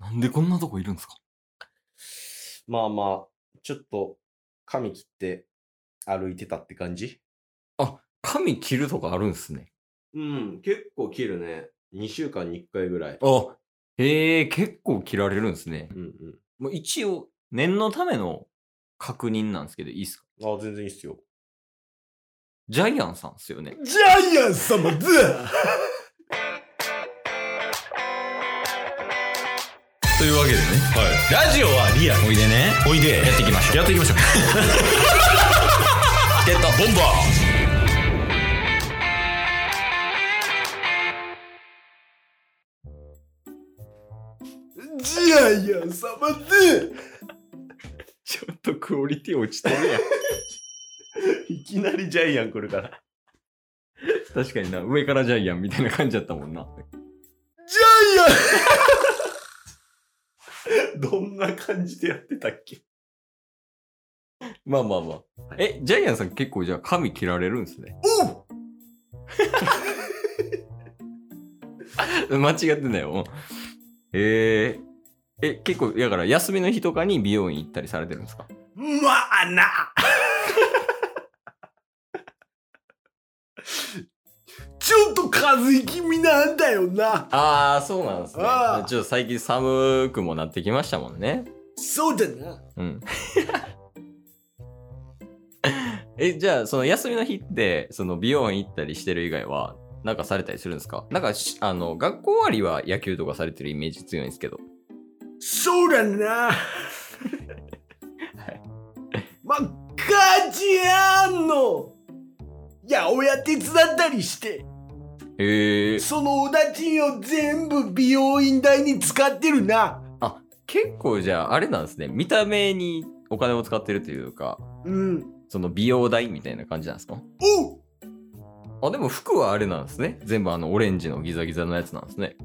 なんでこんなとこいるんですかまあまあ、ちょっと髪切って歩いてたって感じ髪切るとかあるんですね。うん、結構切るね。2週間に1回ぐらい。あ、へえ、結構切られるんですねう。んもう一応、念のための確認なんですけど、いいっすかうん。あ、全然いいっすよ。ジャイアンさんっすよね。ジャイアン様だというわけでね、はい。ラジオはリアル。おいでね、おいで。やっていきましょう。やっていきましょう。ゲットボンバジャイアン様で ちょっとクオリティ落ちてるやん。いきなりジャイアン来るから。確かにな、上からジャイアンみたいな感じだったもんな。ジャイアン どんな感じでやってたっけまあまあまあ。え、ジャイアンさん結構じゃあ髪切られるんですね。 お間違ってないよ。えー、え、結構、だから休みの日とかに美容院行ったりされてるんですかまあなちょっと風邪気味なんだよなああ、そうなんですねあー。ちょっと最近寒くもなってきましたもんね。そうだなうん。 え、じゃあ、その休みの日って、その美容院行ったりしてる以外は、なんかされたりするんですかなんかし、あの、学校終わりは野球とかされてるイメージ強いんですけど。そうだなまあ家事やんのやおや手伝ったりしてへえー。そのおだちんを全部美容院代に使ってるな結構じゃあ、あれなんですね。見た目にお金を使ってるというか、うんその美容代みたいな感じなんですかおあ、でも服はあれなんですね。全部あのオレンジのギザギザのやつなんですね。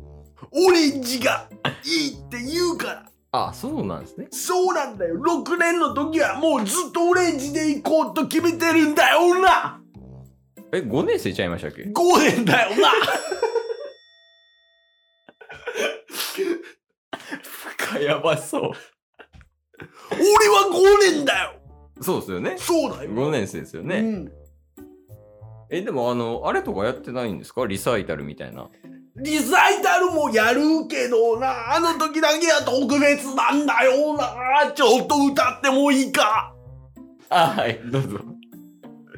オレンジがいいって言うからあ、そうなんですね。そうなんだよ6年の時はもうずっとオレンジで行こうと決めてるんだよなえ、5年生ちゃいましたっけ5年だよな服やばそ俺は5年だよう。そうですよね。そうだよ5年生ですよね。うんえ、でもあの、あれとかやってないんですかリサイタルみたいな。リサイタルもやるけどな、あの時だけは特別なんだよな。ちょっと歌ってもいいか。あ、はい、どうぞ。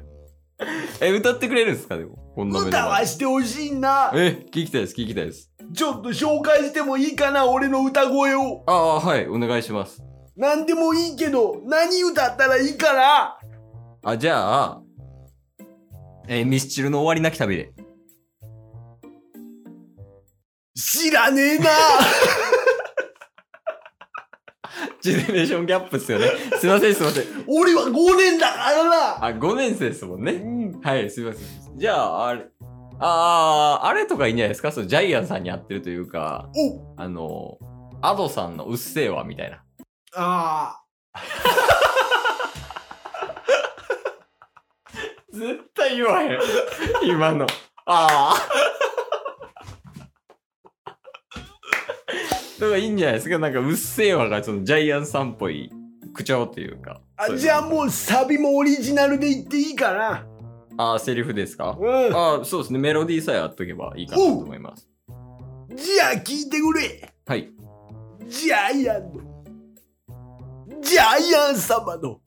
え、歌ってくれるんですかでも。こんな目の歌は前してほしいな。え、聞きたいです、聞きたいです。ちょっと紹介してもいいかな、俺の歌声を。ああ、はい、お願いします。なんでもいいけど、何歌ったらいいかな。あ、じゃあ、えーミスチルの終わりなき旅で。知らね えな。ジェネレーションギャップっす よね。すいません、すいません。俺は5年だからな。あ、5年生ですもんうね。ん。はい、すいません。じゃあ、あれ、ああ、あれとかいいんじゃないですかそのジャイアンさんに合ってるというか、お、あの、アドさんのうっせぇわみたいな。ああ。絶対言わへん。 今の。ああ。 だからいいんじゃないですかなんか、うっせぇわが、そのジャイアンさんっぽい口調というか。あじゃあう。もうサビもオリジナルで言っていいかな。ああ、セリフですかうん。ああ、そうですね。メロディーさえあっとけばいいかなと思います。じゃあ聞いてくれ。はい。ジャイアンの、ジャイアン様の、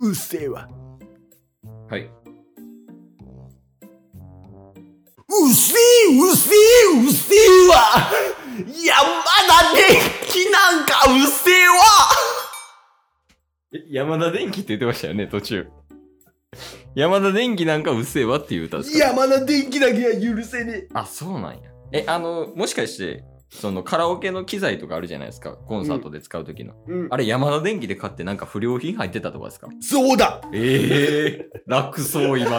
うっせぇわ。はい。うっせぇ、うっせぇ、うっせぇわ。山田電機なんかうっせぇわ。え山田電機って言ってましたよね、途中。山田電機なんかうっせえわっていう歌ですか山田電機だけは許せねえ。あ、そうなんや。え、あの、もしかして、そのカラオケの機材とかあるじゃないですか。コンサートで使う時の。うんあれ、山田電機で買ってなんか不良品入ってたとかですかそうだ。ええ 楽そう、今の。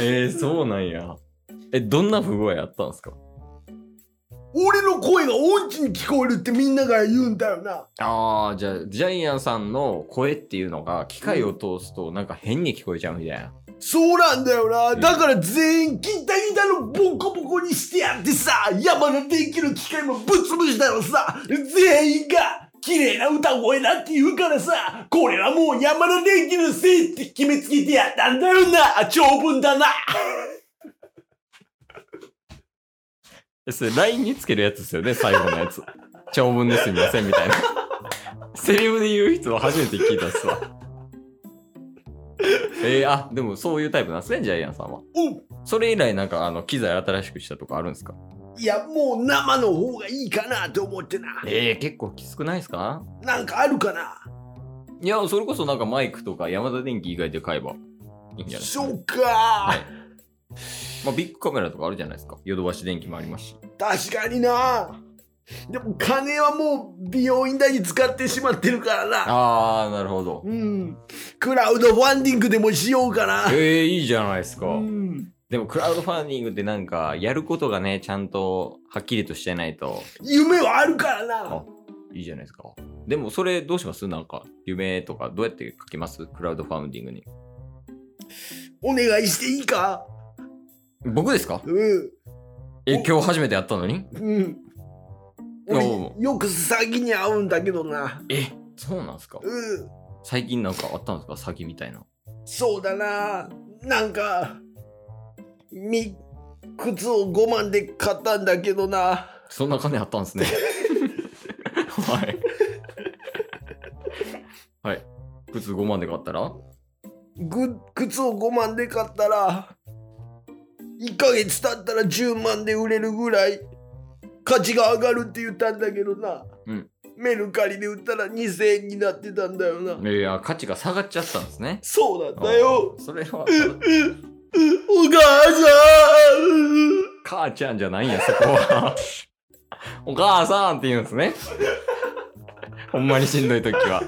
えー、そうなんや。え、どんな不具合あったんですか俺の声が音痴に聞こえるってみんなが言うんだよな。ああ、じゃあ、ジャイアンさんの声っていうのが、機械を通すとなんか変に聞こえちゃうみたいな。そうなんだよな。だから全員ギタギタのボコボコにしてやってさ、山の電気の機械もぶっ潰したらさ、全員が綺麗な歌声だって言うからさ、これはもう山の電気のせいって決めつけてやったんだよな。長文だな。えそれ LINE につけるやつですよね、最後のやつ。長文ですみません、みたいな。セリフで言う人は初めて聞いたっすわ。えー、あ、でもそういうタイプなんですね、ジャイアンさんは。うん。それ以来、なんか、あの、機材新しくしたとかあるんですかいや、もう生の方がいいかなと思ってな。えー、結構きつくないですかなんかあるかないや、それこそなんかマイクとか山田電機以外で買えばいいんじゃないですか、そね。うか、はいまあ、ビッグカメラとかあるじゃないですか。ヨドバシ電機もありますし。確かになでも金はもう美容院代に使ってしまってるからなあー、なるほど。うんクラウドファンディングでもしようかなえー、いいじゃないですか。うんでも、クラウドファンディングってなんか、やることがね、ちゃんとはっきりとしてないと夢はあるからあないいじゃないですか。でも、それどうしますなんか、夢とかどうやって書きますクラウドファンディングに。お願いしていいか僕ですかうんえ、今日初めてやったのにうんお俺よく詐欺に遭うんだけどなえ、そうなんですかうん最近なんかあったんですか詐欺みたいな。そうだななんかみ靴を5万で買ったんだけどなそんな金あったんですね。 はい。はい。靴5万で買ったらぐ靴を5万で買ったら1ヶ月経ったら10万で売れるぐらい価値が上がるって言ったんだけどな、うんメルカリで売ったら2000円になってたんだよな、いや、価値が下がっちゃったんですね。そうなんだよあー。それは、お母さん母ちゃんじゃないんや、そこは。 お母さんって言うんですね。 ほんまにしんどい時は。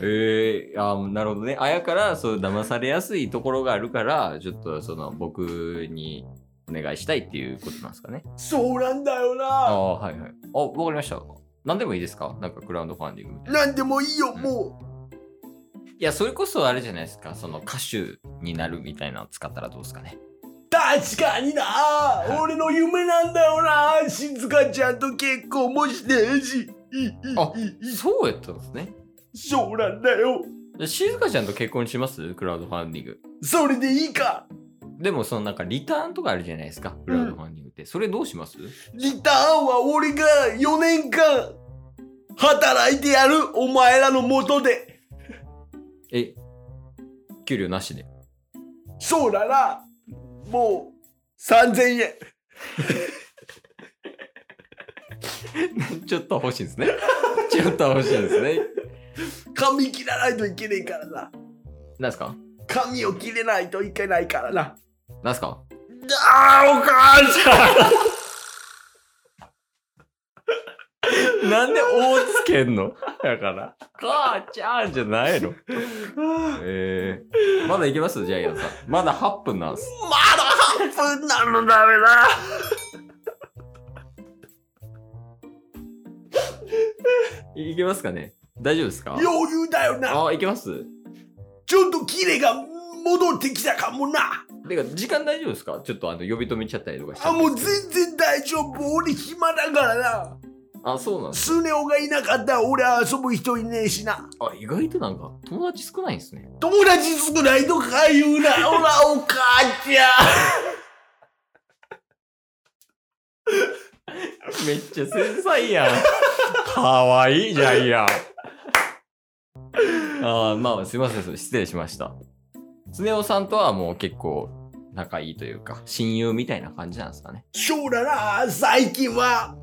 えー、あーなるほどね。あやから、そう、騙されやすいところがあるから、ちょっと、その、僕にお願いしたいっていうことなんですかね。そうなんだよあなあ、はいはい。あ、わかりました。何でもいいですかなんかクラウドファンディングみたいな。なんでもいいよもいや、それこそあれじゃないですか。その歌手になるみたいなの使ったらどうですかね。う確かにな、俺の夢なんだよな静香ちゃんと結婚もしてえしいいいあいいそうやったんですね。 そうなんだよじゃあ静香ちゃんと結婚しますクラウドファンディング。それでいいかでもそのなんかリターンとかあるじゃないですか、クラウドファンディングって。それどうしますリターンは俺が4年間働いてやるお前らのもとでえ、給料なしで。そうだなもう3000円 ちょっと欲しいですね。 ちょっと欲しいですね。髪切らないといけねえからななんすか髪を切れないといけないからななんすかあーお母さなんで大つけんの だから、母ちゃんじゃないの。んえー、まだいけますジャイアンさん。まだ8分なんす。まだ半分なのダメだいいけますかね大丈夫ですか余裕だよなあ、いけますちょっとキレが戻ってきたかもなてか、時間大丈夫ですかちょっとあの、呼び止めちゃったりとかして。あもう全然大丈夫俺暇だからなあ、そうなんです。スネ夫がいなかったら俺は遊ぶ人いねえしな。あ、意外となんか、友達少ないんですね。友達少ないとか言うな。ほら、お母ちゃ めっちゃ繊細やん。かわいいじゃんやん。 あーまあ、すいません、それ失礼しました。つねおさんとはもう結構仲いいというか、親友みたいな感じなんですかね。ん。そうだな、最近は、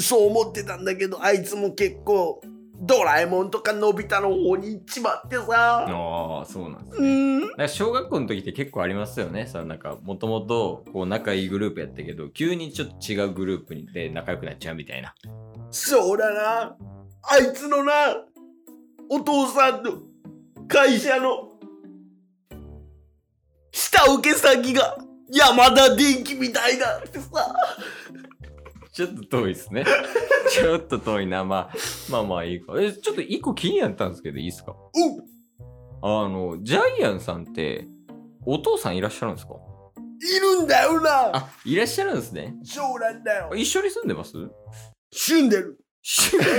そう思ってたんだけど、あいつも結構、ドラえもんとかのび太の方に行っちまってさ。ああ、そうなんですう。ん。なんか小学校の時って結構ありますよね。そのなんか、もともとこう仲いいグループやったけど、急にちょっと違うグループにで仲良くなっちゃうみたいな。そうだな。あいつのな、お父さんの会社の下請け先が山田電機みたいだってさ。ちょっと遠いですね。 ちょっと遠いな。まあ、まあまあいいか。え、ちょっと一個気になったんですけど、いいですかうん。あの、ジャイアンさんって、お父さんいらっしゃるんですかいるんだよなあ、いらっしゃるんですね。長男だよ一緒に住んでます旬でる旬でる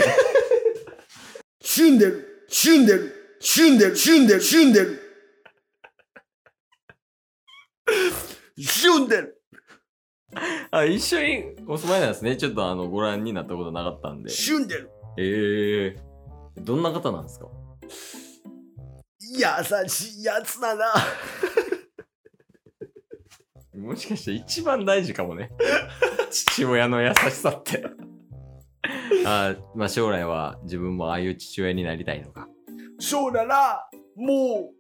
旬でる旬でる旬でる旬でる旬でる あ、一緒にお住まいなんですね。ちょっとあの、ご覧になったことなかったんで。旬でるええー。どんな方なんですか優しいやつだなもしかして一番大事かもね。 父親の優しさって。 あまあ将来は自分もああいう父親になりたいのか。そうだなもう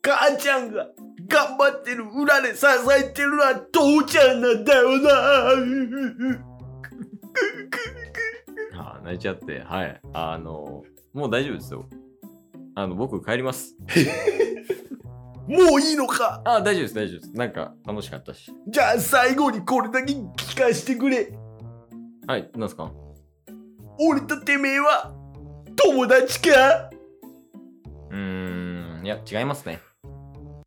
母ちゃんが頑張ってる裏で支えてるのは父ちゃんなんだよなあ泣いちゃって、はい。あの、もう大丈夫ですよ。あの、僕帰ります。もういいのかあ大丈夫です、大丈夫です。なんか楽しかったし。じゃあ最後にこれだけ聞かせてくれはい、なんすか俺とてめえは友達かうーん、いや、違いますね。